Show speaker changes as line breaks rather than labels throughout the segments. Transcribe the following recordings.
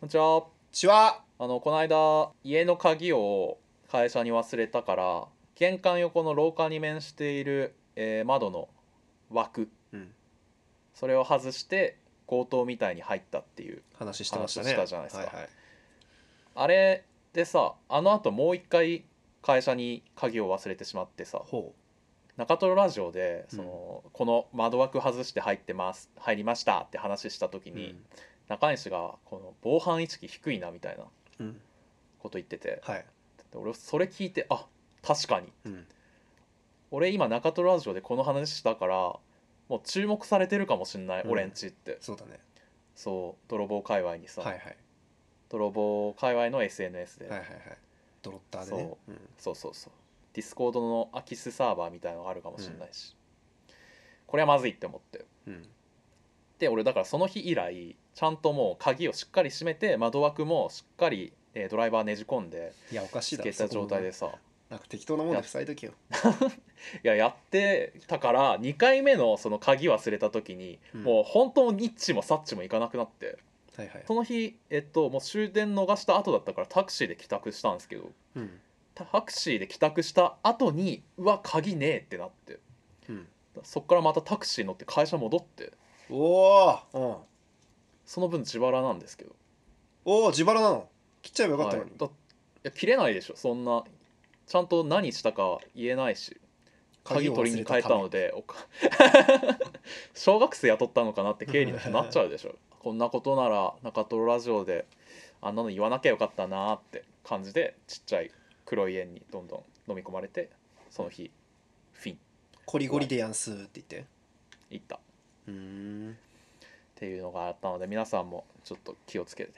こんにちは
ちは
あのこの間家の鍵を会社に忘れたから玄関横の廊下に面している、えー窓の枠
うん
それを外して強盗みたいに入ったっていう
話してましたね
話したじゃないですか
はいはい、
あれでさあのあともう一回会社に鍵を忘れてしまってさ
ほ
中トロラジオでその、この窓枠外して入ってます入りましたって話した時
う
に、中西がこの防犯意識低いなみたいな
うんうん
こと言ってて
はい、
で俺それ聞いてあ確かに
うん、
俺今中トロラジオでこの話したからもう注目されてるかもしんない、
うん
俺んちって
そうだね
そう泥棒界隈にさ、
はいはい
泥棒界隈の SNS で、
はいはいはいドロッターでね、
そう
ん、
そうそうそうディスコードの空き巣サーバーみたいなのがあるかもしんないし、これはまずいって思って
うん、
で俺だからその日以来ちゃんともう鍵をしっかり閉めて窓枠もしっかり、えードライバーねじ込んで
いやおかしい
つ
だ
けた状態ですさ
なんか適当なもんで塞いとけよ、
いややってたから2回目のその鍵忘れた時に、
うん
もう本当にニッチもサッチも行かなくなって
はいはい
その日、えっと、もう終電逃した後だったからタクシーで帰宅したんですけど
うん
タクシーで帰宅した後にうわ鍵ねえってなって
うん
そっからまたタクシー乗って会社戻って
おおうん
その分自腹なんですけど
おお自腹なの切っちゃえばよかった
は
の
い
に、、
だいや切れないでしょそんなちゃんと何したか言えないし鍵
を忘
取
れ
りに変えたのでおか 小学生雇ったのかなって経理の人なっちゃうでしょこんなことなら中トロラジオであんなの言わなきゃよかったなーって感じでちっちゃい黒い円にどんどん飲み込まれてその日フィン
コリゴリでやんすーって言って
行ったっ
うーん
ていうのがあったので皆さんもちょっと気をつけて、ね、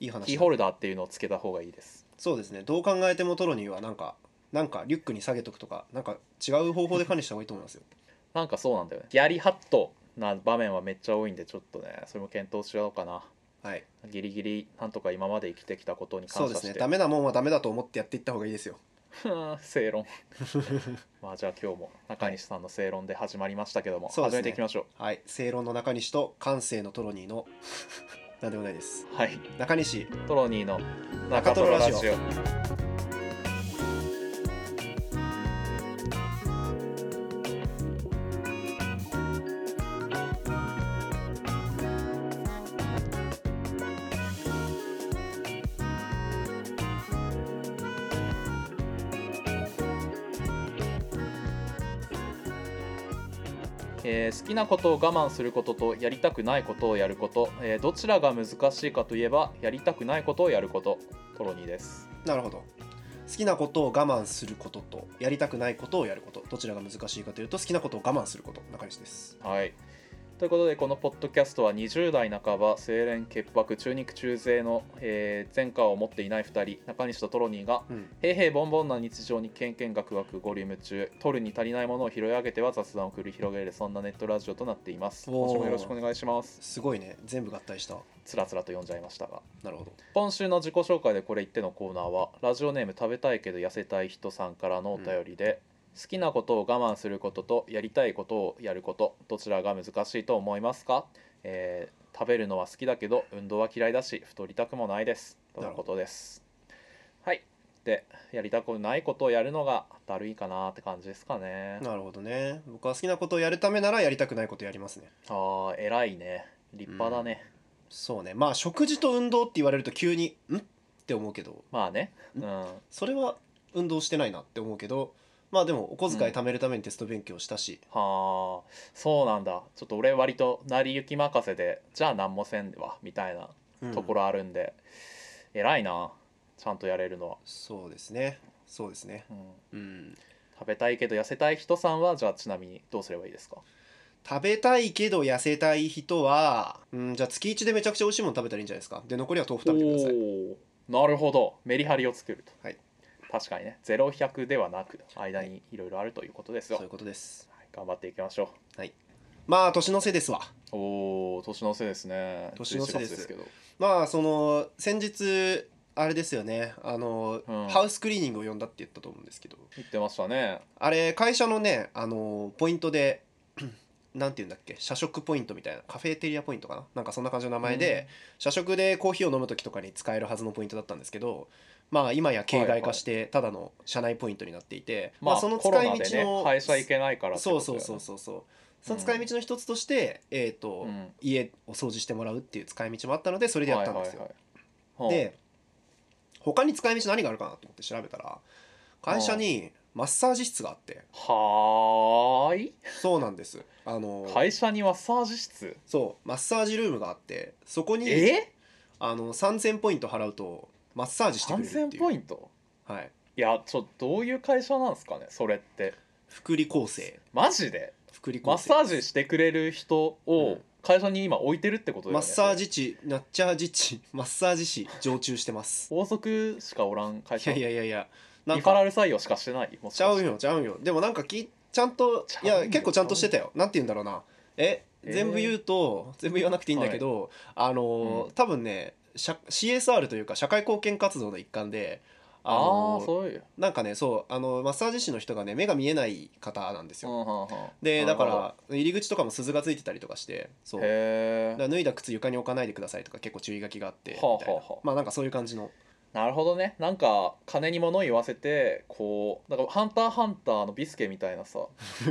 いい話だ
キーホルダーっていうのをつけた方がいいです
そうですねどう考えてもトロニーはなんかなんかリュックに下げとくとかなんか違う方法で管理した方がいいと思いますよ
なんかそうなんだよねギャリハットな場面はめっちゃ多いんでちょっとねそれも検討しようかな
はい
ギリギリなんとか今まで生きてきたことに
そ
感
うで
謝し
す
て
ねダメなもんはダメだと思ってやっていった方がいいですよ
うん 正論まあじゃあ今日も中西さんの正論で始まりましたけども、
そうです
始
ね
めていきましょ
はい正論の中西と感性のトロニーの なんでもないです
うはい
中西
トロニーの中トロラジオえー好きなことを我慢することとやりたくないことをやること、えーどちらが難しいかといえばやりたくないことをやることトロニーです
なるほど好きなことを我慢することとやりたくないことをやることどちらが難しいかというと好きなことを我慢すること中西です
はいということでこのポッドキャストは20代半ば清廉潔白中肉中背の、えー前科を持っていない2人中西とトロニーが
うん
平平凡凡な日常にケンケンガクガクゴリューム中取るに足りないものを拾い上げては雑談を繰り広げるそんなネットラジオとなっています
おー
今週もよろしくお願いします
すごいね全部合体した
つらつらと読んじゃいましたが
なるほど
今週の自己紹介でこれ言ってのコーナーはラジオネーム食べたいけど痩せたい人さんからのお便りで、好きなことを我慢することとやりたいことをやることどちらが難しいと思いますか、えー食べるのは好きだけど運動は嫌いだし太りたくもないですとのことですはいでやりたくないことをやるのがだるいかなって感じですかね
なるほどね僕は好きなことをやるためならやりたくないことやりますね
あー偉いね立派だね、
そうねまあ食事と運動って言われると急に「ん?」って思うけど
まあねう
うん
ん
それは運動してないなって思うけどまあでもお小遣
うん
い貯めるためにテスト勉強したし、
はあそうなんだちょっと俺割と成り行き任せでじゃあ何もせんわみたいな
うん
ところあるんで、偉いなちゃんとやれるのは、
そうですねそうですね
うん、
うん
食べたいけど痩せたい人さんはじゃあちなみにどうすればいいですか
食べたいけど痩せたい人は、うん、じゃあ月1でめちゃくちゃ美味しいもの食べたらいいんじゃないですかで残りは豆腐食べてください
おーなるほどメリハリを作ると、
はい
確かにね0100ではなく間にいろいろあるということですよ、
そうい
はい
うことです
頑張っていきましょ
まあ年のせいですわ
うおお年の瀬ですね
年の瀬です
11月けど
まあその先日あれですよねあの、
うん
ハウスクリーニングを呼んだって言ったと思うんですけど
言ってましたね
あれ会社のねあのポイントで なんていうんだっけ社食ポイントみたいなカフェテリアポイントかななんかそんな感じの名前で、社食でコーヒーを飲む時とかに使えるはずのポイントだったんですけどまあ今や形骸化してただの社内ポイントになっていて、
まあ、
その
コロナでね会社行けないからって
そ
こ
う
と
そ
だ
う
よね
そうそうそうその使い道の一つとして、えっ、と、
うん
家を掃除してもらうっていう使い道もあったのでそれでやったんですよ、
はいはいはい、
で他に使い道何があるかなと思って調べたら会社にマッサージ室があって
はーい
そうなんですあの、
会社にマッサージ室
そうマッサージルームがあってそこに
え
あの3000ポイント払うとマッサージしてくれるっていう
3000ポイント
はい、
いやちょどういう会社なんですかねそれって
福利厚生
マジで
福利厚生
マッサージしてくれる人
う
を
ん
会社に今置いてるってことだよね
マッサージ地ナッチャージ地マッサージ師常駐してます
王族しかおらん会
い
社
やいやいやいやな
リ
ん
ファ
か
ラル採用しかしてないもしかして
ちゃうよちゃうよでもなんかきちゃんとい
ちゃう
や
よ
結構ちゃんとしてたよなんて言うんだろうなえ
えー
全部言うと、全部言わなくていいんだけど、あのー、
うん
多分ね社 CSR というか社会貢献活動の一環であ
あ
の
あ
ー
そういう
なんかねそうあのマッサージ師の人がね目が見えない方なんです
うんう
よ、
んうん
で
な
だ
るほ
か
ど
ら入り口とかも鈴がついてたりとかしてそうだか
へえ
ら脱いだ靴床に置かないでくださいとか結構注意書きがあってみたい
はあは
な、
あはあ
まあなんかそういう感じの
なるほどねなんか金に物言わせてこうだから「ハンターハンター」のビスケみたいなさ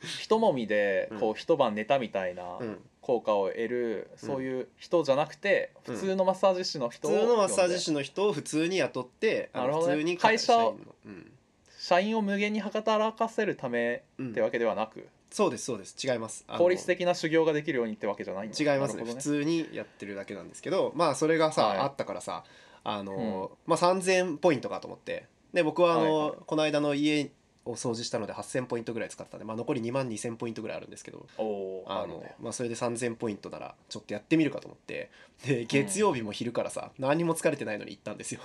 一もみでこう一晩寝たみたいな
うん
効果を得る、そういう人じゃなくて
うん
普通のマッサージ師の
普
人を
通のマッサージ師
呼んで
の人を普通に雇ってあの
なるほどね
普通に
会社を
員の、うん
社員を無限に働かせるため
うん
ってわけではなく、
そうですそうです違いますあの
効率的な修行ができるようにってわけじゃないんだ
違いますね
なるほど
普通にやってるだけなんですけどまあそれがさ、
はい
あったからさあの、まあ、3000ポイントかと思ってで僕はあの、
はいはい
この間の家を掃除したので8000ポイントぐらい使ったんで、まあ、残り2万2000ポイントぐらいあるんですけど
おおー
あ
なる
の
ほどね
まあ、それで3000ポイントならちょっとやってみるかと思ってで月曜日も昼からさ、何も疲れてないのに行ったんですよ。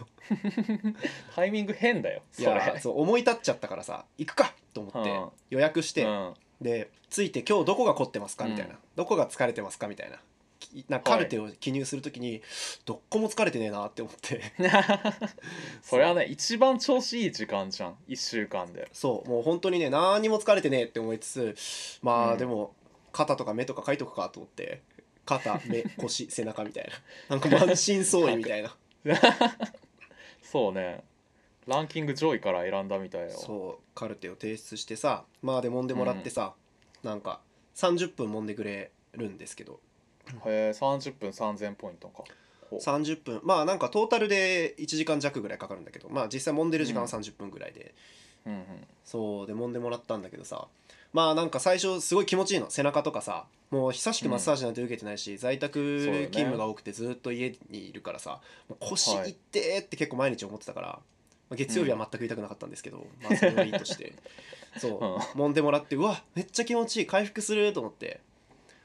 タイミング変だよそ
い
れ
やそう思い立っちゃったからさ行くかと思っ
うん
て予約して、
う ん
でついて今日どこが凝ってますかみたいな、
うん
どこが疲れてますかみたいなきなんかカルテを記入するときに、どっこも疲れてねえなって思って
それはね一番調子いい時間じゃん1週間で
そうもう本当にね何にも疲れてねえって思いつつまあ、
うん
でも肩とか目とか書いとくかと思って肩目腰背中みたいななん か満身創痍 みたいな
そうねランキング上位から選んだみたいよ
そうカルテを提出してさまあで揉んでもらってさ、なんか30分揉んでくれるんですけど
へえ30分3000ポイントかほう
30分まあなんかトータルで1時間弱ぐらいかかるんだけどまあ実際揉んでる時間は
うん
30分ぐらいで、
うんうん
そうで揉んでもらったんだけどさまあなんか最初すごい気持ちいいの背中とかさもう久しくマッサージなんて受けてないし、在宅
そうよね
勤務が多くてずっと家にいるからさもう腰痛ってって結構毎日思ってたから、まあ月曜日は全く痛くなかったんですけど、まあそれはいいとして そう、揉んでもらってうわめっちゃ気持ちいい回復すると思って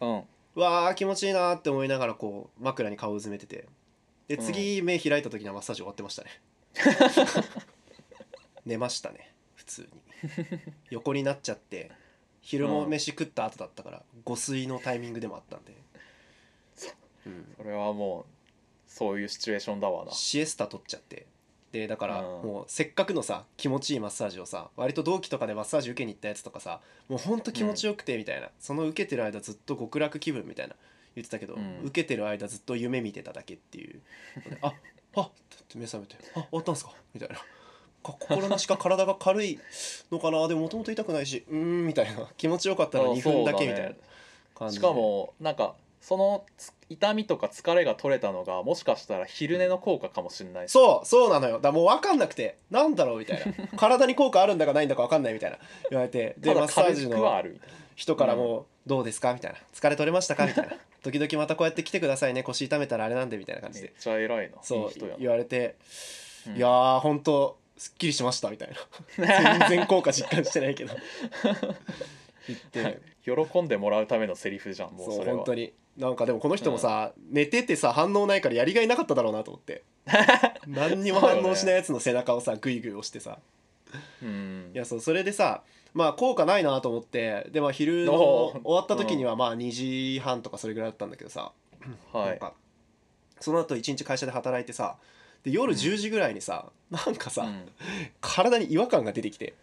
うん
うわー気持ちいいなーって思いながらこう枕に顔をうずめててで
うん
次目開いた時にはマッサージ終わってまし たね寝ましたね普通に横になっちゃって昼も飯食った後だったから誤睡のタイミングでもあったんで、うん、
それはもうそういうシチュエーションだわな
シエスタ取っちゃってでだから
うん
もうせっかくのさ気持ちいいマッサージをさ割と同期とかでマッサージ受けに行ったやつとかさもうほんと気持ちよくてみたいな、その受けてる間ずっと極楽気分みたいな言ってたけど、
うん
受けてる間ずっと夢見てただけっ ていうああっって目覚めて「あ終わったんすか?」みたいな。か心なしか体が軽いのかなでももともと痛くないしうーんみたいな気持ちよかったら2分だけみたいな
そうだ
感
ね
じ
し
で
かもなんかそのつ痛みとか疲れが取れたのがもしかしたら昼寝の効果かもしれない
そうそうなのよだからもう分かんなくてなんだろうみたいな 体に効果あるんだかないんだか分かんないみたいな言われてで
た
マ
だ
ッサー
軽
ジ
くはあ
の
るみたいな
人からも「どうですか?」みたいな「疲れ取れましたか?」みたい な「時々またこうやって来てくださいね腰痛めたらあれなんで」みたいな感じ
めっ
で
ちゃ偉いな
そ
いうい人やな
言われて「
うん
いやーほんとすっきりしました」みたい な全然効果実感してないけど言って
喜んでもらうためのセリフじゃんもう
そ
そうれは
本当になんかでもこの人もさ、寝ててさ反応ないからやりがいなかっただろうなと思って 何にも反応しないやつの背中をさグイグイ押してさ
うん
いやそうそれでさまあ効果ないなと思ってでまあ昼の
おー
終わった時にはまあ2時半とかそれぐらいだったんだけどさ、
は
なん
い
かその後一日会社で働いてさで夜
うん
10時ぐらいにさ、なんかさ、
うん
体に違和感が出てきて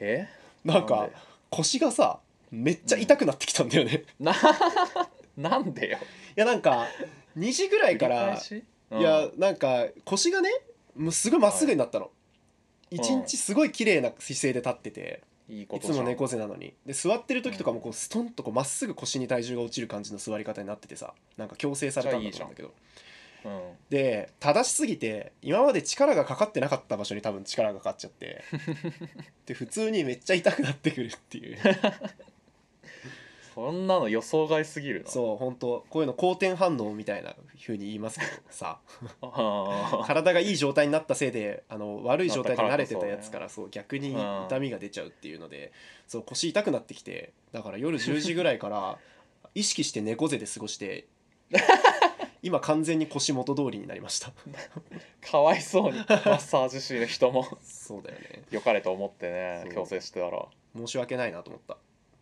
え
なんか
なんで
腰がさめっちゃ痛くなってきたんだよね
ななんでよ
いやなんか2時ぐらいか
繰り
ら
返しうん
いやなんか腰がねもうすごいまっすぐになったの、
い
一日すごい綺麗な姿勢で立ってて
いい
い
こと
つ
じゃ
も
ん
猫背なのにで座ってる時とかもこうストンとこうまっすぐ腰に体重が落ちる感じの座り方になっててさなんか矯正されたんだと思うんだけど
うん
で正しすぎて今まで力がかかってなかった場所に多分力がかかっちゃってで普通にめっちゃ痛くなってくるっていう
そんなの予想外すぎるな
そう本当こういうの好転反応みたいな風に言いますけどさ
あ
体がいい状態になったせいであの悪い状態に慣れてたやつか
なったから
そう逆に
うん
痛みが出ちゃうっていうのでそう腰痛くなってきてだから夜10時ぐらいから意識して猫背で過ごして 今完全に腰元通りになりました
ー かわいそうにマッサージ師の人も
そうだよね
良かれと思ってね
そう
強制してたら
申し訳ないなと思った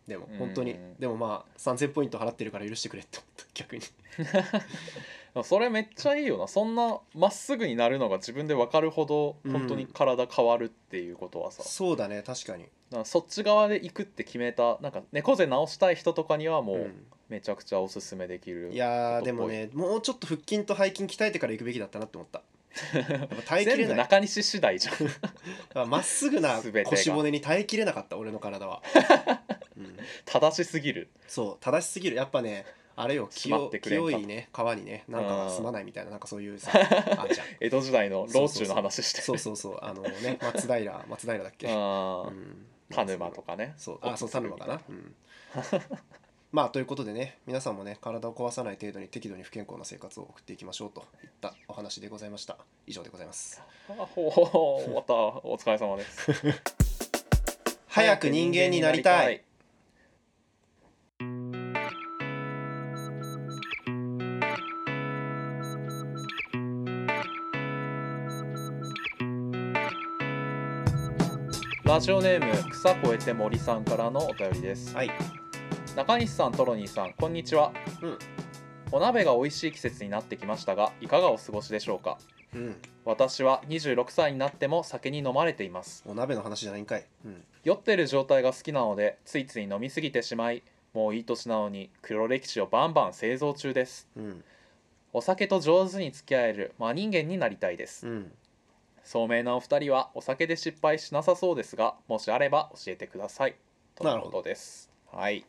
でも
うん
本当にでもまあ3000ポイント払ってるから許してくれって思った逆に
でもそれめっちゃいいよなそんなまっすぐになるのが自分で分かるほど
うん
本当に体変わるっていうことはさ、
そうだね確かに
なんかそっち側で行くって決めたなんか猫背直したい人とかにはも
う
うんめちゃくちゃおすすめできる、
いやーでもねもうちょっと腹筋と背筋鍛えてから行くべきだったなって思 ったやっぱ耐えきれ
全部
ない
中西次第じゃん
あまっすぐな
全てが
腰骨に耐えきれなかった俺の 体は、うん、
正しすぎる
そう正しすぎるやっぱねあれよ
締ま
清
ってくれんか
清いね川にねなんかはすまないみたいななんかそういう さあんじゃん
江戸時代の老中の話して
そうそうそうあの ね松平松平だっけ、
あ
う
ー
ん、
田沼とかね
そうあそう田沼かな、うん、まあということでね皆さんもね体を壊さない程度に適度に不健康な生活を送っていきましょうといったお話でございました以上でございます
あほうほうほう終わったお疲れ様です
早く人間になりたい
ラジオネーム草越えて森さんからのお便りです
はい
中西さんトロニーさんこんにちは、
うん
お鍋が美味しい季節になってきましたがいかがお過ごしでしょうか
うん
私は26歳になっても酒に飲まれています
お鍋の話じゃないんかいうん
酔ってる状態が好きなのでついつい飲みすぎてしまいもういい年なのに黒歴史をバンバン製造中です
うん
お酒と上手に付き合える真人間になりたいです
うん
聡明なお二人はお酒で失敗しなさそうですがもしあれば教えてくださいと
な
の
るほ
こ
ど
とですはい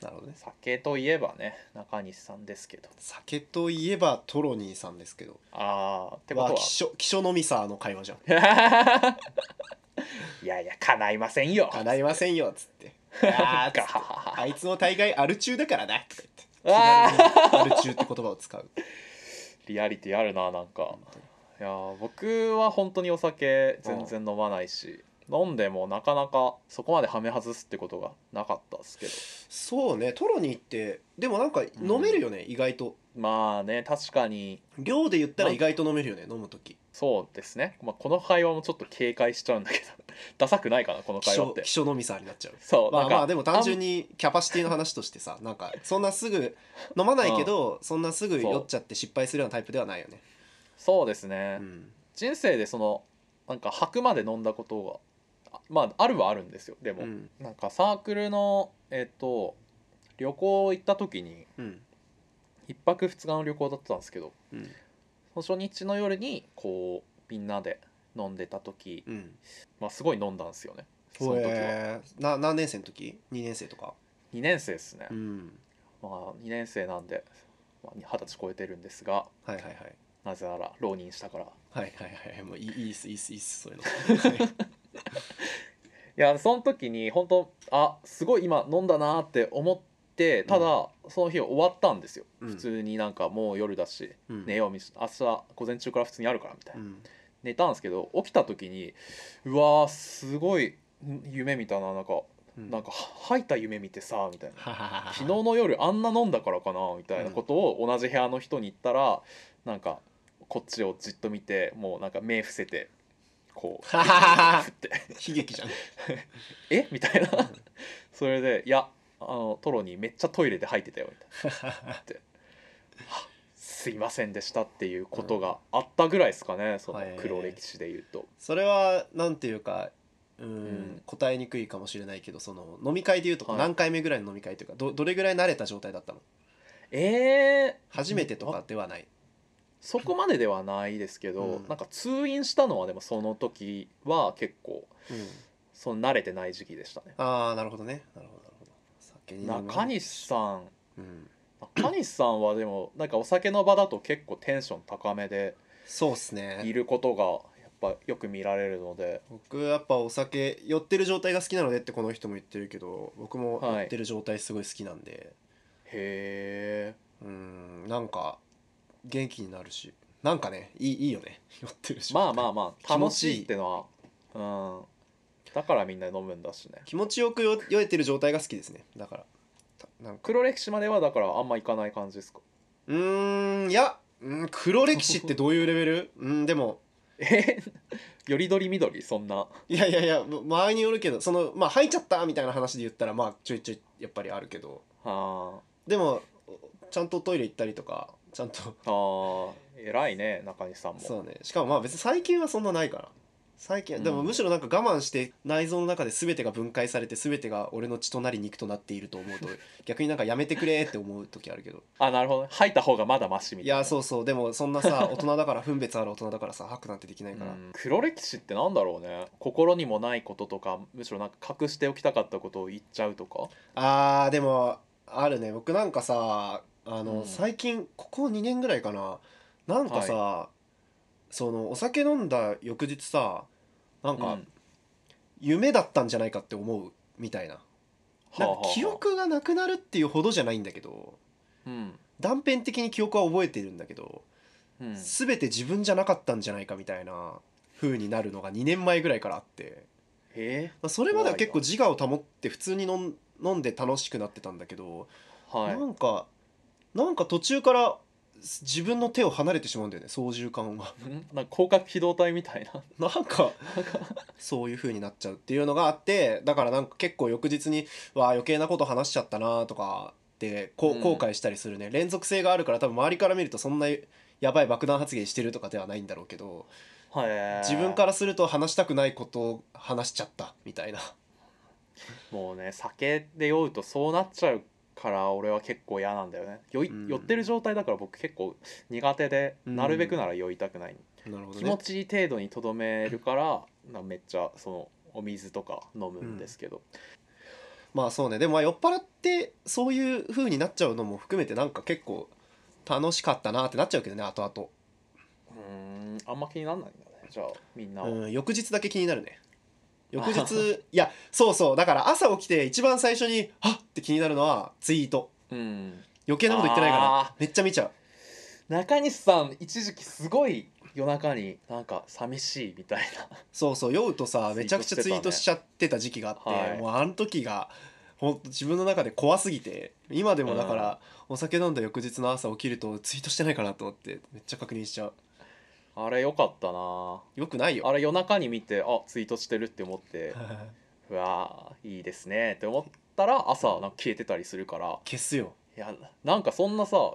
なるほどね
酒といえばね中西さんですけど
酒といえばトロニーさんですけど
あーってこ
わ
と
あ
は
気象気象のミサーの会話 じゃん
いやいや叶いませんよ
叶いませんよっつって
あ
あ
ガハハハ
あいつも大概アル中だからなとか言
あ
って気軽にアル中って言葉を使う
リアリティあるななんかいやー僕は本当にお酒全然飲まないし飲んでもなかなかそこまではめ外すってことがなかったですけど
そうねトロニーってでもなんか飲めるよね、意外と
まあね確かに
量で言ったら意外と飲めるよね飲む時
そうですね、まあ、この会話もちょっと警戒しちゃうんだけど ダサくないかなこの
気
会話っ
象
て
気象のミサーになっちゃう
そう
ま
な
あ
んか
まあでも単純にキャパシティの話としてさなんかそんなすぐ飲まないけど、そんなすぐ酔っちゃって失敗するようなタイプではないよね
そうですね、
うん
人生でそのなんか吐くまで飲んだことがあまああるはあるんですよでも、
うん
なんかサークルのえっ、と旅行行った時に
うん
1泊2日の旅行だったんですけど
うん
初日の夜にこうみんなで飲んでた時、
うん
まあ、すごい飲んだんですよねその時は
へえな何年生の時2年生とか
2年生ですね、
ん
まあ、2年生なんでまあ二十歳超えてるんですが
はいはいはい
なぜなら浪人したからい
はいはいはいもういいいいっすいいっすいいっすそういうの
やその時に本当あすごい今飲んだなって思ってただ、その日終わったんですよ、
うん
普通になんかもう夜だし
うん
寝ようみ明日午前中から普通にあるからみたいな、
うん
寝たんですけど起きた時にうわーすごいん夢見たななんか
うん
なんか吐いた夢見てさみたいな
はははは
昨日の夜あんな飲んだからかなみたいなことを同じ部屋の人に言ったらなんかこっちをじっと見てもうなんか目伏せてこう振って
悲劇じ ゃん
「えみたいな それで「いやあのトロにめっちゃトイレで吐いてたよ」みたいな「すいませんでした」っていうことがあったぐらいですかねその黒歴史で言うと。
それはなんていうかうん
ん
答えにくいかもしれないけどその飲み会でいうと
はい
何回目ぐらいの飲み会というか、どどれぐらい慣れた状態だったの
えー、
初めてとかではない、
そこまでではないですけど、
うん
なんか通院したのはでもその時は結構
うん
その慣れてない時期でしたね
ああなるほどねなるほどなるほど酒に飲む
中西さん
うん
中西さんはでもなんかお酒の場だと結構テンション高めで
そうっす
い
ね
ることがやっぱよく見られるので
僕やっぱお酒酔ってる状態が好きなのでってこの人も言ってるけど僕も
はい
酔ってる状態すごい好きなんで、
へえ
うんなんか元気になるしなんかねいいいいよね 酔ってる状態
まあまあまあ
気持
楽
ちいい
しいってのはうんだからみんな飲むんだしね
気持ちよく酔酔えてる状態が好きですねだからたなんか
黒歴史まではだからあんま行かない感じですか
うーんいやうん黒歴史ってどういうレベル うんでも
え よりどりみどりそんない
やいやいや周りによるけどそのまあ入っちゃったみたいな話で言ったらまあちょいちょいやっぱりあるけど
あ
でもちゃんとトイレ行ったりとかちゃんと
ーあー偉いね中西さんも
そうねしかもまあ別に最近はそんなないから最近はで
う
も
ん
むしろなんか我慢して内臓の中で全てが分解されて全てが俺の血となり肉となっていると思 うと逆になんかやめてくれって思う時あるけど
あなるほどね吐いた方がまだマシみ
い
たいな
やそうそうでもそん なさ大人だから分別ある大人だからさ吐くなんてできないから、
うん黒歴史ってなんだろうね心にもないこととかむしろなんか隠しておきたかったことを言っちゃうとか
あーでもあるね僕なんかさあの、
うん
最近ここ2年ぐらいかななんかさ、そのお酒飲んだ翌日さなん
う
か
ん
夢だったんじゃないかって思うみたいな,、
はあ
なん
は
か
あはあ
記憶がなくなるっていうほどじゃないんだけど
うん
断片的に記憶は覚えてるんだけど、
うん
全て自分じゃなかったんじゃないかみたいな風になるのが2年前ぐらいからあって、
え
まあ、それまでは結構自我を保って普通に飲ん飲んで楽しくなってたんだけど
ーはい
なんかなんか途中からす自分の手を離れてしまうんだよね操縦感が
んなんか広角機動隊みたいな
なんかそういう風になっちゃうっていうのがあってだからなんか結構翌日に「わあ余計なこと話しちゃったな」とかってこ
う
うん後悔したりするね、連続性があるから多分周りから見るとそんなやばい爆弾発言してるとかではないんだろうけど
はい
自分からすると話したくないことを話しちゃったみ たいな
もうね酒で酔うとそうなっちゃうから俺は結構嫌なんだよね酔い、
うん
酔ってる状態だから僕結構苦手で、
うん
なるべくなら酔いたくない、
なるほど
気持
ね
ちいい程度にとどめるからなんかめっちゃそのお水とか飲むんですけど、
まあそうねでもまあ酔っ払ってそういう風になっちゃうのも含めてなんか結構楽しかったなってなっちゃうけどね後々
うーんあんま気にならないんだねじゃあみんなは、
うん、翌日だけ気になるね翌日 いやそうそうだから朝起きて一番最初に「はっ!」って気になるのはツイート
うん
余計なこと言ってないか
あー
なめっちゃ見ちゃう
中西さん一時期すごい夜中になんか寂しいみたい
そうそう酔うと
ツイ
さ
ート
めちゃくちゃツイートしちゃってた時期があって
はい
もうあの時がほんと自分の中で怖すぎて今でもだから、お酒飲んだ翌日の朝起きるとツイートしてないかなと思ってめっちゃ確認しちゃう
な あれよかったな
よくないよ
あれ夜中に見てあツイートしてるって思ってうわーいいですねって思ったら朝なんか消えてたりするから
消すよ
いやなんかそんなさ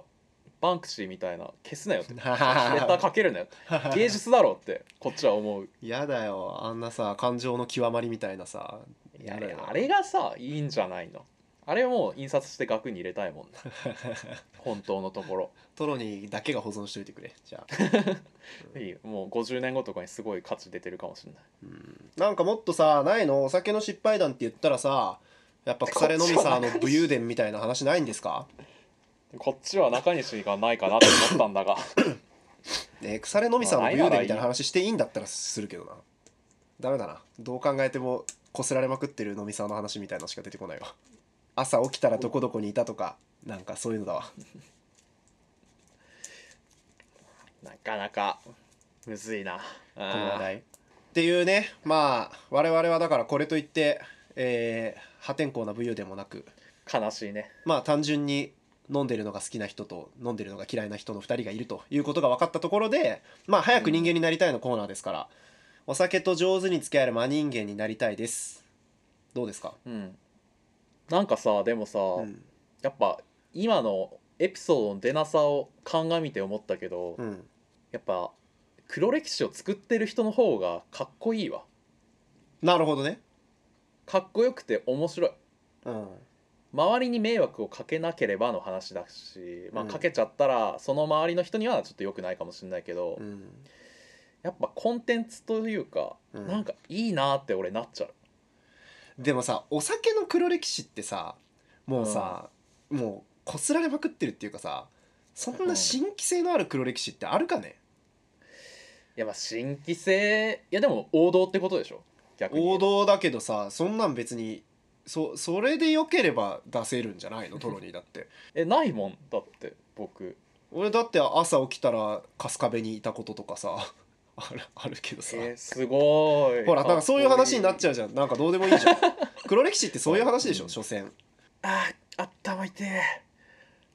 バンクシーみたいな消すな よってネタ
や
かけるなよ 芸術だろってこっちは思う
だよあんなさ感情の極まりみたいなさ
いや
やだよ
あれがさいいんじゃないのあれもう印刷して額に入れたいもんね 本当のところ
トロニーだけが保存しといてくれじゃあ、
いいもう50年後とかにすごい価値出てるかもしれない
うんなんかもっとさないのお酒の失敗談って言ったらさやっぱ腐れのみさんの武勇伝みたいな話ないんですか、
こっちは中西がないかなと思ったん だが
ね、腐れのみさんの武勇伝みたいな話していいんだったらするけどなダメだなどう考えてもこすられまくってるのみさんの話みたいなのしか出てこないわ朝起きたらどこどこにいたとかなんかそういうのだわ
なかなかむずいなこ
この話題っていうねまあ我々はだからこれといって、えー破天荒な武勇伝もなく
悲しいね
まあ単純に飲んでるのが好きな人と飲んでるのが嫌いな人の2人がいるということが分かったところでまあ早く人間になりたいのコーナーですから、お酒と上手に付き合える真人間になりたいですどうですか、
うんなんかさでもさ、
うん
やっぱ今のエピソードの出なさを鑑みて思ったけど、
うん、
やっぱ黒歴史を作ってる人の方がかっこいいわ
なるほどね
かっこよくて面白い
うん
周りに迷惑をかけなければの話だし、まあ、
うん
かけちゃったらその周りの人にはちょっと良くないかもしれないけど、
うん
やっぱコンテンツというか、
うん
なんかいいなって俺なっちゃう
でもさお酒の黒歴史ってさもうさ、もうこすられまくってるっていうかさそんな新規性のある黒歴史ってあるかね、
いやまあ新規性いやでも王道ってことでしょ逆に
王道だけどさそんなん別にそそれでよければ出せるんじゃないのトロニーだって
えないもんだって僕
俺だって朝起きたら春日部にいたこととかさ あるあるけどさ、
えーすごい
ほらなんかそういう話になっ
ゃう
ちゃうじゃんなんかどうでもいい じゃん黒歴史ってそういう話でしょ、
うん
所詮
あー頭痛え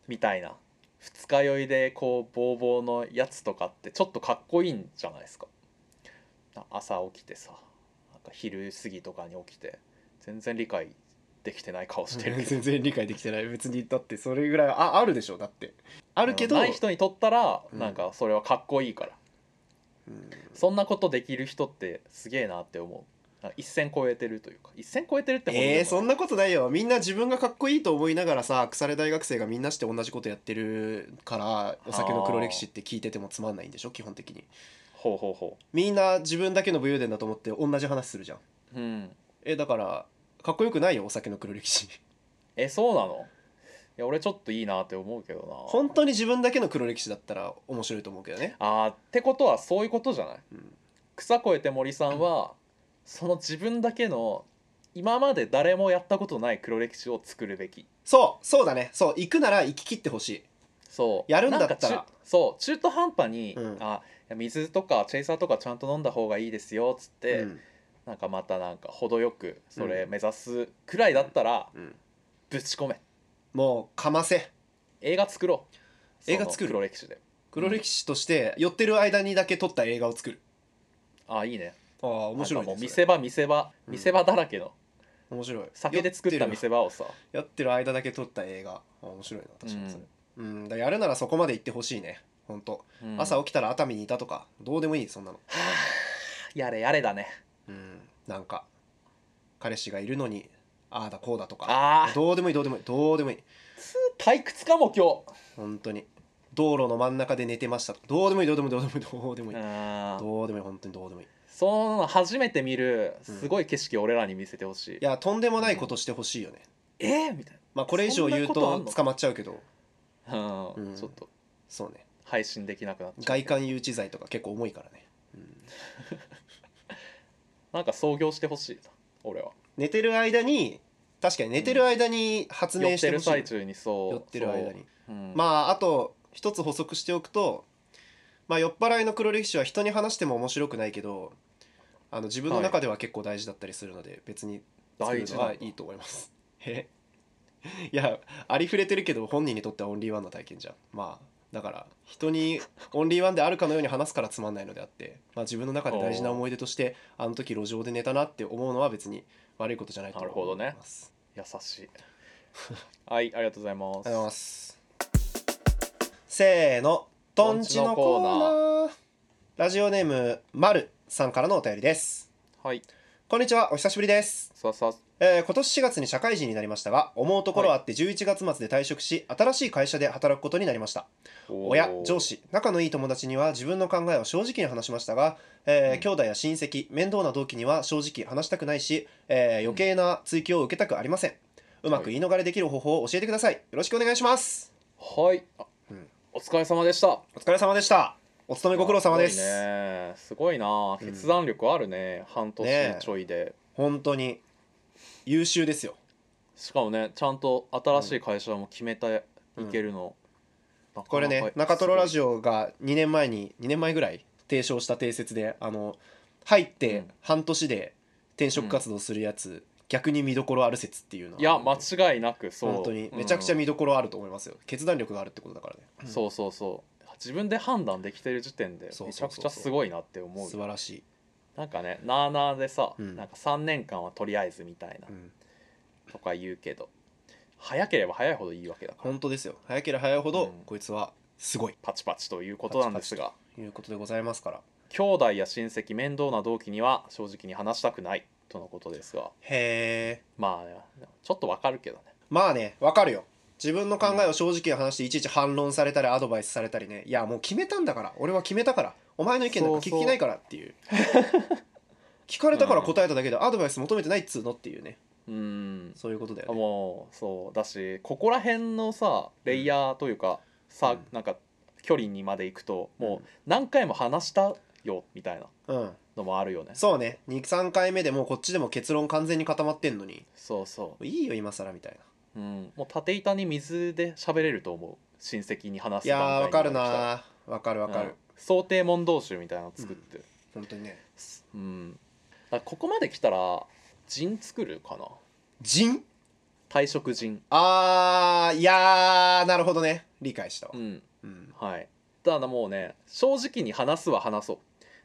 みたいな二日酔いでこうボーボーのやつとかってちょっとかっこいいんじゃないですかな朝起きてさなんか昼過ぎとかに起きて全然理解できてない顔してるけど
全然理解できてない別にだってそれぐらいああるでしょだってあ
あ
るけど、
ない人にとったら
うん
なんかそれはかっこいいから、
うん
そんなことできる人ってすげえなって思うなんか一線超えてるというか一線超えてるってほどでも
え
な
ー、
い
そんなことないよみんな自分がかっこいいと思いながらさ腐れ大学生がみんなして同じことやってるからお酒の黒歴史って聞いててもつまんないんでしょ基本的に
ほうほうほ
みんな自分だけの武勇伝だと思って同じ話するじゃん
ううん
えだからかっこよくないよお酒の黒 歴史
えそうなのいや俺ちょっといいなって思うけどな
本当に自分だけの黒歴史だったら面白いと思うけどね
あーってことはそういうことじゃない、
ん
草越えて森さんはその自分だけの今まで誰もやったことない黒歴史を作るべき
そうそうだねそう行くなら行き切ってほしい
そう
やるんだったら
なんか中そう中途半端に、
うん
あいや水とかチェイサーとかちゃんと飲んだ方がいいですよっつって、
うん
なんかまたなんか程よくそれ
うん
目指すくらいだったら
うん
ぶち込め
もうかませ
映画作ろう
映画作る
その黒歴史で
黒歴史として寄ってる間にだけ撮った映画を作る
あーいいね
ああ面白い
なんかも
ね
う見
そ
せ
れ
場見せ場
うん
見せ場だらけの、
面白い
酒で作った見せ場をさ
やってる間だけ撮った映画あ面白いな確
う
か
ん
にそれうん、だからやるならそこまで行ってほしいね本当、
うん
朝起きたら熱海にいたとかどうでもいいそんなの
やれやれだね
うんなんか彼氏がいるのにああだこうだとか
ああ
どうでもいいどうでもいいどうでもいい
退屈かも今
本当に道路の真ん中で寝てましたとかどうでもいいどうでもいいどうでもいいどうでもいい、
日あー
どうでもいい本当にどうでもいいい
その初めて見る
うん
すごい景色を俺らに見せてほしい、
やとんでもないことしてほしいよね、
えーみたい
まあこれ以上言う
そんなことあん
と
の
捕まっちゃうけど
な、うん
うん
ちょっと
そうね
配信できなくなっちゃう
外観誘致罪とか結構重いからね、うん
なんか創業してほしいな俺は
寝てる間に確かに寝てる間に発
寄
明
っ
しててほ
る
しい、
最中にそう
寄ってる間に、
そううん
まああと一つ補足しておくと、まあ、酔っ払いの黒歴史は人に話しても面白くないけどあの自分の中では結構大事だったりするので、別に作る
大事
の
な
は
んだ
いいと思いますへ いやありふれてるけど本人にとってはオンリーワンの体験じゃんまあだから人にオンリーワンであるかのように話すからつまんないのであって、まあ、自分の中で大事な思い出としてあの時路上で寝たなって思うのは別に悪いことじゃないと思います
なるほどね優しいはいありがとうございま
あ
す
りがとうございますせーのとんちのコーナーラジオネームまるさんからのお便りです
はい
こんにちはお久しぶりです、
さあさあ
えー今年4月に社会人になりましたが思うところあって11月末で退職し新しい会社で働くことになりました
おー
親上司仲のいい友達には自分の考えを正直に話しましたが、えー
うん
兄弟や親戚面倒な同期には正直話したくないし、えー余計な追及を受けたくありませんうまく言い逃れできる方法を教えてくださいよろしくお願いします
はい、あ
うん
お疲れ様でした
お疲れ様でしたお勤めご苦労様です
すごいねすごいな決断力あるね、半年ちょいで
本当に優秀ですよ
しかもねちゃんと新しい会社も決めていけるの、
これね中トロラジオが2年前に2年前ぐらい提唱した定説であの入
う
って
ん
半年で転職活動するやつ、逆に見どころある説っていうの
いや
マジ
間違いなくそう
本当にめちゃくちゃ
うん
見どころあると思いますよ、決断力があるってことだからね、
そうそうそう自分で判断できてる時点で
そう
めち
そ
ゃ
う
く
そうそう
ちゃすごいなって思うよ
素晴らしい、
なんかねなあなあでさ、
うん
なんか3年間はとりあえずみたいな
うん、
とか言うけど早ければ早いほどいいわけだから
本当ですよ早ければ早いほど、
うん
こいつはすごい
パチパチということなんですが
ということでございますから
兄弟や親戚面倒な同期には正直に話したくないとのことですが
へえ
まあちょっとわかるけどね
まあねわかるよ自分の考えを正直に話していちいち反論されたりアドバイスされたりねいやもう決めたんだから俺は決めたからお前の意見なんか
そう
聞
そう
きないからっ ていう聞かれたから答えただけでアドバイス求めてないっつうのっていうね
うん
そういうことだよね
もうそうだしここら辺のさレイヤーというかさ、
うん
なんか距離にまで行くとも
うん
う何回も話したよみたいな
うん
のもあるよね
そうね23回目でもうこっちでも結論完全に固まってんのに
そうそ
いいよ今更みたいな
う、うん、もう縦板に水で喋れると思う親戚に話
い
す
やーわかる
になってきたら
なーわかるわか
うん
る、
想定問答集みたいなの作って
本当にね
うん、だからここまで来たら陣作るかな
人
退職陣
あーいやーなるほどね理解したわ
う、ん
うん
はいただもうね正直に話すは話そう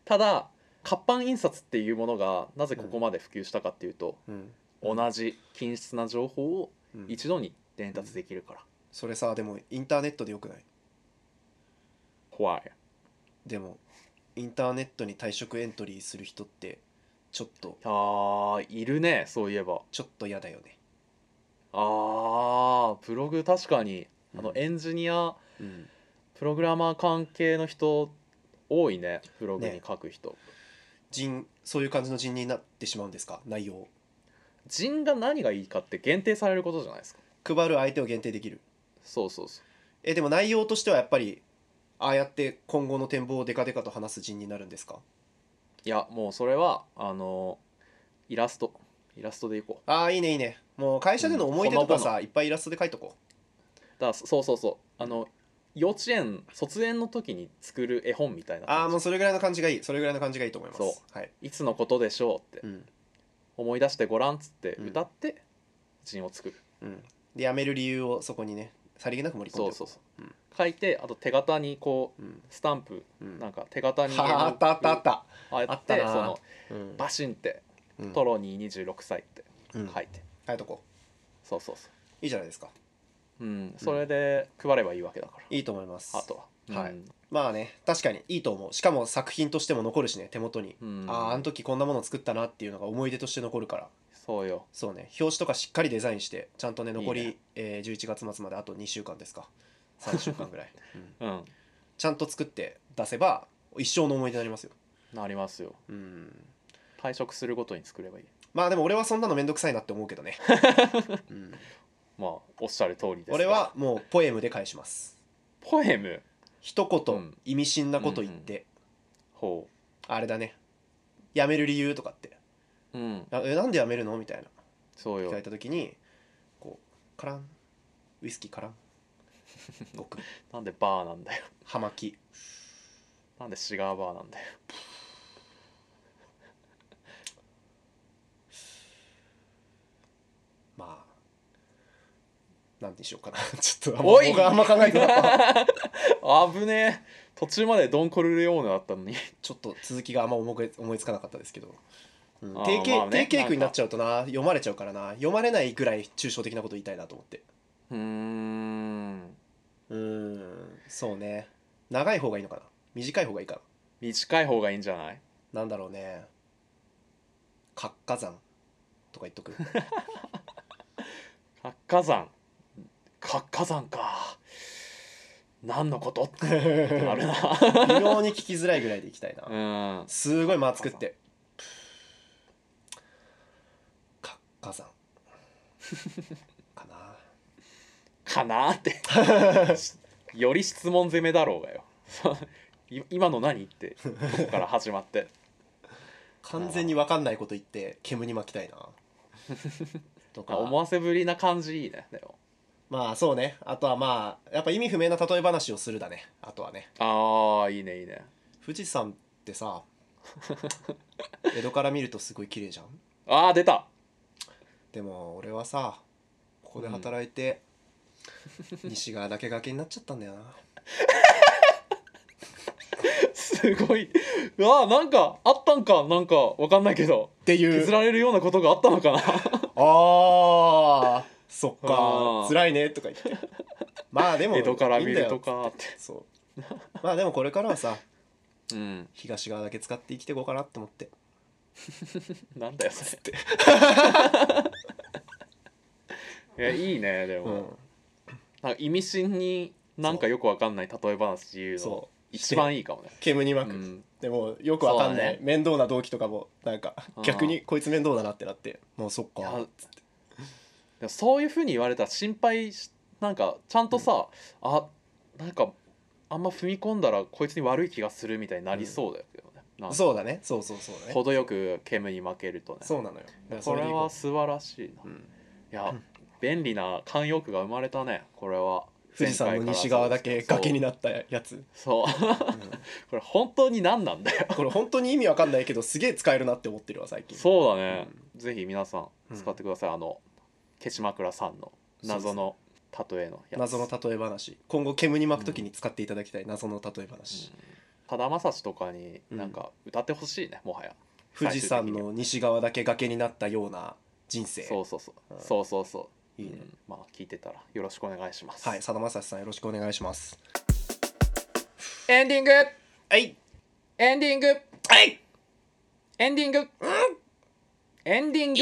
ただ活版印刷っていうものがなぜここまで普及したかっていうと、
うん
同じ均質な情報を
うん
一度に伝達できるから、
それさでもインターネットでよくない
怖い
でもインターネットに退職エントリーする人ってちょっと
あーいるねそういえば
ちょっと嫌だよね、
あーブログ確かにあの
うん
エンジニアプログラマー関係の人多いねブログに書く人、
人そういう感じの人になってしまうんですか内容
人が何がいいかって限定されることじゃないですか
配る相手を限定できる
そうそうそ
えでも内容としてはやっぱりああやって今後の展望をデカデカと話す人になるんですか
ういやもうそれはあのイラストイラストでいこう
ああいいねいいねもう会社での思い出とかさ、いっぱいイラストで書いとこ
だからそそうそうそうあの幼稚園卒園の時に作る絵本みたいな
うああ
感
もう
じ
それぐらいの感じがいいそれぐらいの感じがいいと思います
そ
はい、
いつのことでしょうって
うん
思い出してごらんっつって
うん
歌って人を作る、
うん、で辞める理由をそこにねさりげなく盛り込
そ
んでお
う
こ
そう
う
そううん書いてあと手形にこう
うん
スタンプ
うん
なんか手形に
はああったあったあった、
あや
あ
っ
った
て
な
その
うん
バシンって
うん
トロニー26歳って
うん
書いて、
書いとこ
そうそうそう
いいじゃないですか
う、ん、それで配ればいいわけだから、
いいと思います
あとは、
はい
うん
まあね確かにいいと思うしかも作品としても残るしね手元に、
うん
あああの時こんなもの作ったなっていうのが思い出として残るから
そうよ
そうね表紙とかしっかりデザインしてちゃんとね残り
いいね
えー11月末まであと2週 間ですか3週間ぐらい、うん
うん
ちゃんと作って出せば一生の思い出になりますよ
なりますよ
うん
退職するごとに作ればいい
まあでも俺はそんなのめんどくさいなって思うけど ね、うん
まあおっしゃる通りですが
俺はもうポエムで返します
ポエム
一言、
うん
意味深なこと言って、
ほ
あれだね辞める理由とかって
ううん
あえなんで辞めるのみたいな
そう
聞
よ
かれた時にこうカランウイスキーカ ランごく
なんでバーなんだよ
葉巻
なんでシガーバーなんだよ
まあなんでしょうかな ちょっとあんま
おい
僕はあんま考えてなかっ た
危ねえ途中までドンコルレオーナだったのに
ちょっと続きがあんま思い思いつかなかったですけど、うん
あー
定型、
まあね
定型句になっちゃうとな読まれちゃうからな読まれないぐらい抽象的なこと言いたいなと思って
うーん
うーんそうね長い方がいいのかな短い方がいいか
短い方がいいんじゃない
ななんだろうね活火山とか言 っとく
活火山活火山か何のことって なるな
微妙に聞きづらいぐらいでいきたいな、
うん
すごい間作って活火山かな
かなーってより質問攻めだろうがよ い今の何ってとこから始まって
完全に分かんないこと言って煙に巻きたいなとか
あ思わせぶりな感じいいねでも
まあそうねあとはまあやっぱ意味不明な例え話をするだねあとはね
あーいいねいいね
富士山って さ江戸から見るとすごい綺麗じゃん
あー出た
でも俺はさここで働い て、西側だけ崖になっちゃったんだよな
すごいあなんかあったんかなんかわかんないけど
っていう
削られるようなことがあったのかな
ああそっ
あ
か
ー
辛いねとか言ってまあでも
江戸から見
いいんだ
ると
よ
かって
そうまあでもこれからはさ
うん
東側だけ使って生きていこうかなって思って
なんだよそれっていやいいねでも、なんか意味深になんかよくわかんない例え話言うの
そう
一番いいかもね
煙に
う
巻く、
ん
でもよくわかん
そう
な
だ
い、
ね
面倒な同期とかもなんか
うん
逆にこいつ面倒だなってなってもうそっ
いや
か
でもそういうふうに言われたら心配しなんかちゃんとさ、あなんかあんま踏み込んだらこいつに悪い気がするみたいになりそうだよね、なんか
そうだねそうそうそうだね
程よく煙に負けるとね
そうなのよだから
こ
そ
れ
でい
は
こ
素晴らしいな
ううん
いや、
うん
便利な慣用句が生まれたねこれは
富士山の西側だけ崖になったやつ、
そう そうこれ本当に何なんだよ
うんこれ本当に意味わかんないけどすげえ使えるなって思ってるわ最近
そうだね、ぜひ皆さん使ってください、あのケシマクラさんの謎の例えのやつ
謎の例え話今後煙に巻くときに使っていただきたい謎の例え話、
ただまさしとかになんか歌ってほしいね、もはや
富士山の西側だけ崖になったような人生
そうそうそう、
うん
そうそうそう
いいね
うんまあ聞いてたらよろしくお願いします
はいさだまさしさんよろしくお願いします
エンディング
はい
エンディング
はい
エンディング、エンディング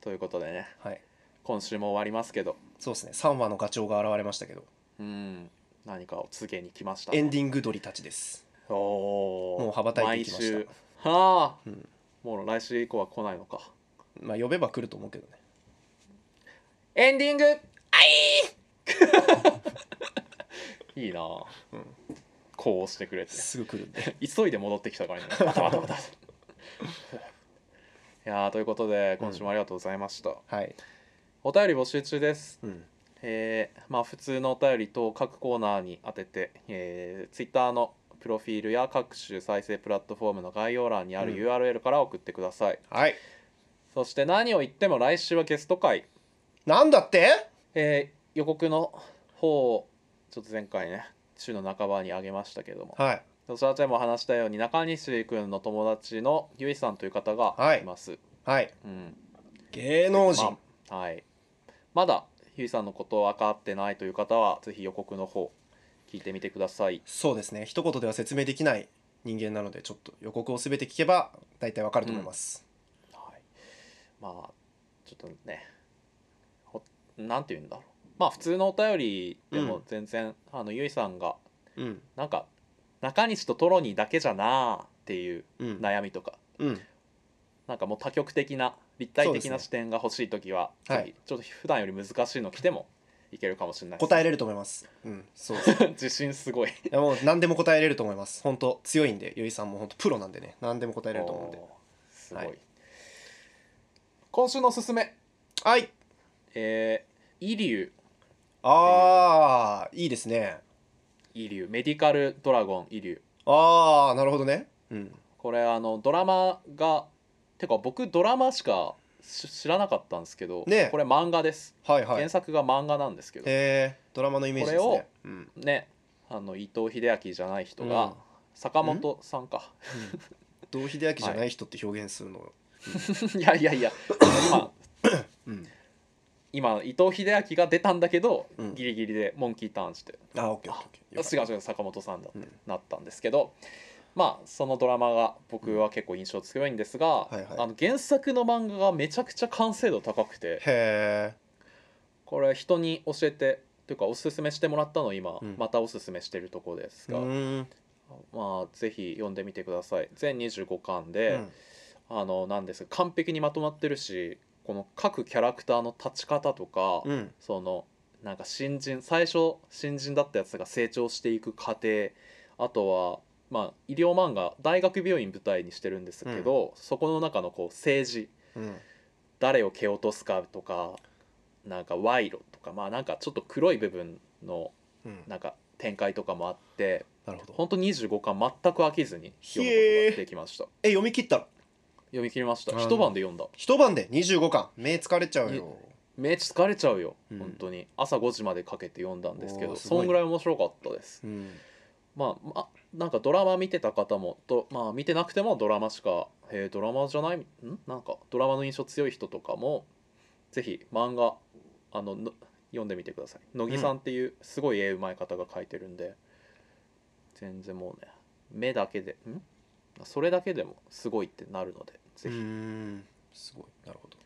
ということでね
はい
今週も終わりますけど
そうですね3話のガチョウが現れましたけど
うん何かを告げに来ました
エンディング鳥たちです
おおー
もう羽ばたいてきました
毎週はあ、
うん
もう来週以降は来ないのか
まあ呼べば来ると思うけどね
エンディングあいいいなあ、
うん
こうしてくれて
すぐ来るんで
急いで戻ってきた からねバタバタバタいやーということで今週もありがとうございました、
はい、
お便り募集中です
うん、
えーまあ普通のお便りと各コーナーに当てて、えー、Twitter のプロフィールや各種再生プラットフォームの概要欄にある
うん
URL から送ってください、
はい
そして何を言っても来週はゲスト会、
なんだって
えー予告の方をちょっと前回ね週の半ばにあげましたけども
はい
そちらでも話したように中西君の友達のゆいさんという方がいます、
はい
うん
芸能人、
まあはい、まだゆいさんのこと分かってないという方はぜひ予告の方聞いてみてください
そうですね一言では説明できない人間なのでちょっと予告をすべて聞けば大体わかると思います、
はい、まあちょっとねほなんて言うんだろうまあ普通のお便りで
う
も
ん
全然、あのゆいさんが
うん
なんか中西とトロニーだけじゃなあっていう
うん
悩みとか、
うん
なんかもう多極的な立体的
そうですね
な視点が欲しい時は、
はい
ぜひちょっと普段より難しいの来てもいけるかもしれないです
答えれると思いますうんそう です
自信すごい
いやもう何でも答えれると思います本当強いんでゆいさんも本当プロなんでね何でも答えれると思うんです
ごい、
はい
今週のおすすめ
はい
えー、イリュウ
あーいいですね
イリュウメディカルドラゴンイリュウ
ああなるほどねうん
これあのドラマがてか僕ドラマしかし知らなかったんですけど、
ねえ
これ漫画です、
はいはい
原作が漫画なんですけど
えー、ドラマのイメージです
これ
ね
を
うん
ねあの伊藤英明じゃない人
うん
が坂本さんか、
同秀明じゃない人って表現するの、
いやいやいや 今
うん
今伊藤英明が出たんだけど、
うん
ギリギリでモンキーターンして
あオッケーオッケーオッケー
違う違う坂本さんだって
うん
なったんですけど、まあそのドラマが僕は結構印象強いんですが、
いはい
あの原作の漫画がめちゃくちゃ完成度高くて
へえ
これ人に教えてというかおすすめしてもらったのを今、
うん
またおすすめしてるところです
う
が、
ーん
まあぜひ読んでみてください全25巻
う
で、
ん
あのなんですが完璧にまとまってるしこの各キャラクターの立ち方とか、
うん
そのなんか新人最初新人だったやつが成長していく過程あとは、まあ、医療漫画大学病院舞台にしてるんですけど、そこの中のこう政治
うん
誰を蹴落とすかとかなんか賄賂とかまあなんかちょっと黒い部分の
うん
なんか展開とかもあって
なるほど
本当25巻全く飽きずに読むことができました
え読み切ったの
読み切りました
うん
一晩で読んだ
一晩で25巻目疲れちゃうよ
目疲れちゃうよ、
うん
本当に朝5時までかけて読んだんですけ
お
ど
ーすごい
そんぐらい面白かったです
うん
まあ、まなんかドラマ見てた方もと、まあ、見てなくてもドラマしか、えードラマじゃないんなんかドラマの印象強い人とかもぜひ漫画あのの読んでみてください乃木さんっていうすごい絵うまい方が描いてるんで、全然もうね目だけでんまあそれだけでもすごいってなるのでぜ
う
ひ
ーんすごいなるほど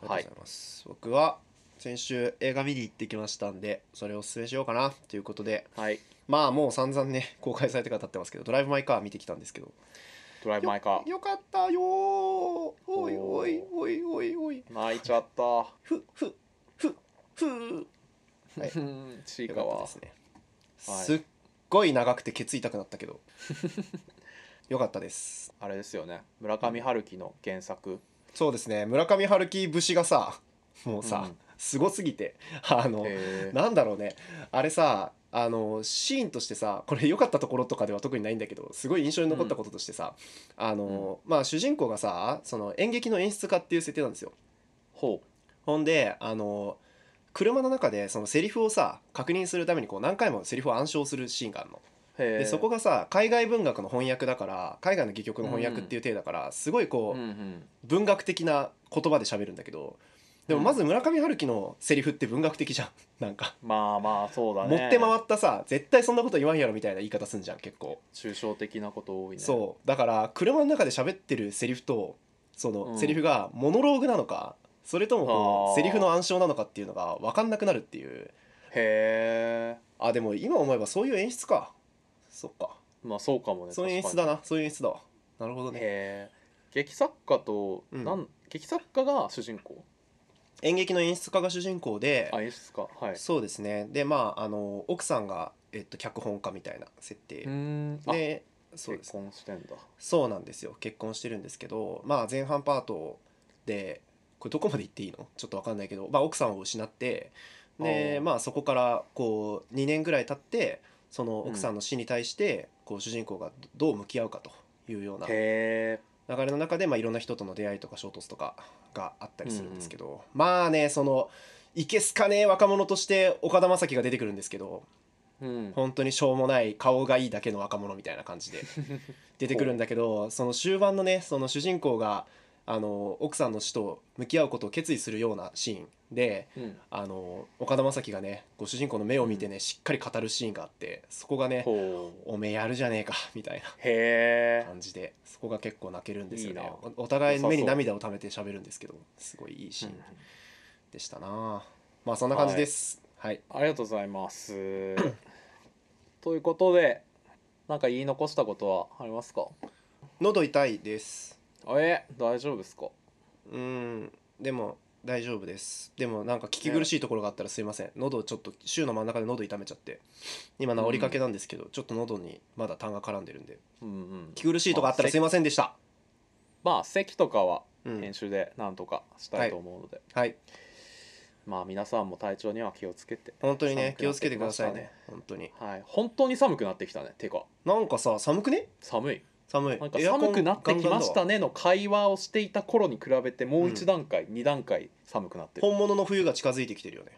ありが
は
と
いう
ございます、僕は先週映画見に行ってきましたんでそれをおすすめしようかなということで
はい
まあもう散々ね公開されてから経ってますけど「ドライブ・マイ・カー」見てきたんですけど
ドライブ・マイ・カー
よよかったよーおいおい
お
おいおいおい
泣いちゃった、
ふふふふー はい
ちい
よ
か
かった
は
ですね
はい
すっごい長くてケツ痛くなったけ どよかったです
あれですよね村上春樹の原作
そうですね村上春樹節がさもうさ、
うん
すごすぎてあの
へー
なんだろうねあれさあのシーンとしてさこれ良かったところとかでは特にないんだけどすごい印象に残ったこととしてさ、あの、まあ主人公がさその演劇の演出家っていう設定なんですよ。
ほ
ほんであの車の中でそのセリフをさ確認するためにこう何回もセリフを暗唱するシーンがあるの。
うへ
で
え
そこがさ海外文学の翻訳だから海外の戯曲の翻訳っていう体だから、すごいこう、
うんうん
文学的な言葉で喋るんだけどでもまず村上春樹のセリフって文学的じゃん なんか
まあまあそうだ
持
ね
って回ったさ絶対そんなこと言わんやろみたいな言い方すんじゃん結構
抽象的なこと多いね
そうだから車の中で喋ってるセリフとその
うん
セリフがモノローグなのかそれともこ
あー
うセリフの暗唱なのかっていうのが分かんなくなるっていう
へえ
あでも今思えばそういう演出かそっか
まあそうかもね
そういう演出
確
だ
か
なそういう演出だわなるほど
に
ね
へえ劇作家と、
うん
なん劇作家が主人公
演劇の演出家が主人公で
あ演出家はい
そうですねでまああの奥さんが、えっと、脚本家みたいな設
うーん
定
あ
でそうで
結
す
婚してんだ
そうなんですよ結婚してるんですけどまあ前半パートでこれどこまで言っていいのちょっと分かんないけど、まあ、奥さんを失ってで
あー
まあそこからこう2年ぐらい経ってその
うん
奥さんの死に対して、こう主人公がどう向き合うかというような流
へえ
れの中で、まあ、いろんな人との出会いとか衝突とかがあったりするんですけど、まあねそのいけすかねえ若者として岡田将生が出てくるんですけど
うん
本当にしょうもない顔がいいだけの若者みたいな感 じで出てくるんだけどその終盤のねその主人公があの奥さんの死と向き合うことを決意するようなシーンで
うん
あの岡田将生がねご主人公の目を見てね、しっかり語るシーンがあってそこがね
ほ
「
う
おめえやるじゃねえか」みたいな
へえ
感じでそこが結構泣けるんですよね
いいな
おお互い目
良さ
に
そう
涙を溜めて喋るんですけどすごいいいシーンでしたな、まあそんな感じですはい、
ありがとうございます ということでなんか言い残したことはありますか
喉痛いです
え大丈夫ですか
うーんでも大丈夫ですでもなんか聞き苦しいところがあったらすいません喉ちょっと週の真ん中で喉痛めちゃって今治りかけなんですけど、ちょっと喉にまだ痰が絡んでるんで
うんうん
聞き苦しいとこあったらすいませんでした、
まあ席とかは
うん
編、集でなんとかしたいと思うので、
はい
まあ皆さんも体調には気をつけて
本当に
寒
ね
く
気
な
を
っ
つけ
て
て
き
くだ
ました
さ
ね
いね本当に
はい本当に寒くなってきたねてか
なんかさ寒くね
寒い
寒い
なんか
エアコン
寒くなってきました
ガンガンだわ
ねの会話をしていた頃に比べてもう一段階、二段階寒くなってる
本物の冬が近づいてきてるよね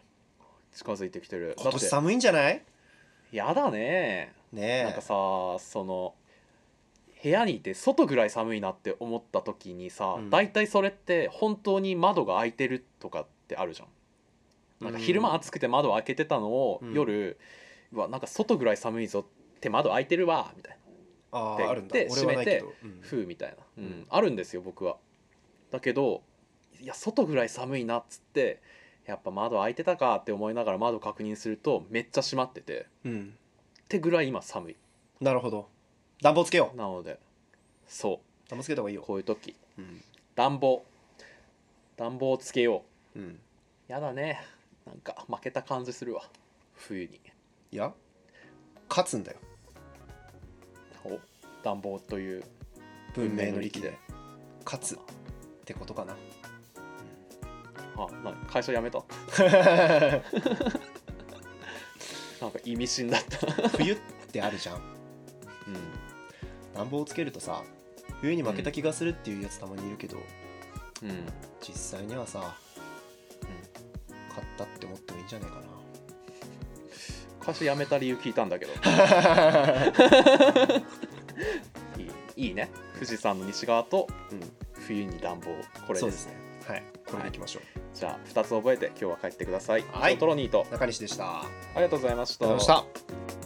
近づいてきてるだ
今
っ
年
て
寒いんじゃない
やだねなん
ね
か
え
さその部屋にいて外ぐらい寒いなって思った時にさ、
うん
大体それって本当に窓が開いてるとかってあるじゃんなんか昼間暑くて窓を開けてたのを、
うん
夜うわなんか外ぐらい寒いぞって窓開いてるわみたい
あ
で
ーあるんだ
で
俺はないけ
閉
ど、うん
な風みたいな、うん
うん
あるんですよ僕はだけどいや外ぐらい寒いなっつってやっぱ窓開いてたかって思いながら窓確認するとめっちゃ閉まってて
うん、
ってぐらい今寒い
なるほど暖房つけよう
なのでそ
暖房つけた方がいいうよ、
こういう時
うん
暖房暖房つけよ
うん、
うやだねなんか負けた感じするわ冬に
いや勝つんだよ
お暖房という
文明の利器で勝つってことかな
あなんか会社辞めたなんか意味深だった、
冬ってあるじゃん
う
暖房をつけるとさ冬に負けた気がするっていうやつたまにいるけど、
んうん、
実際にはさ勝ったって思ってもいいんじゃないか
会社辞めた理由聞いたんだけど
な
いいいいね富士山の西側と
うん
冬に暖房これ
そう
で
ですすねはいこれでいきましょう、
じゃあ2つ覚えて今日は帰ってください、
はい
以上トロニーと
中西でしたあり
ありがとうございまし
がとうございましたた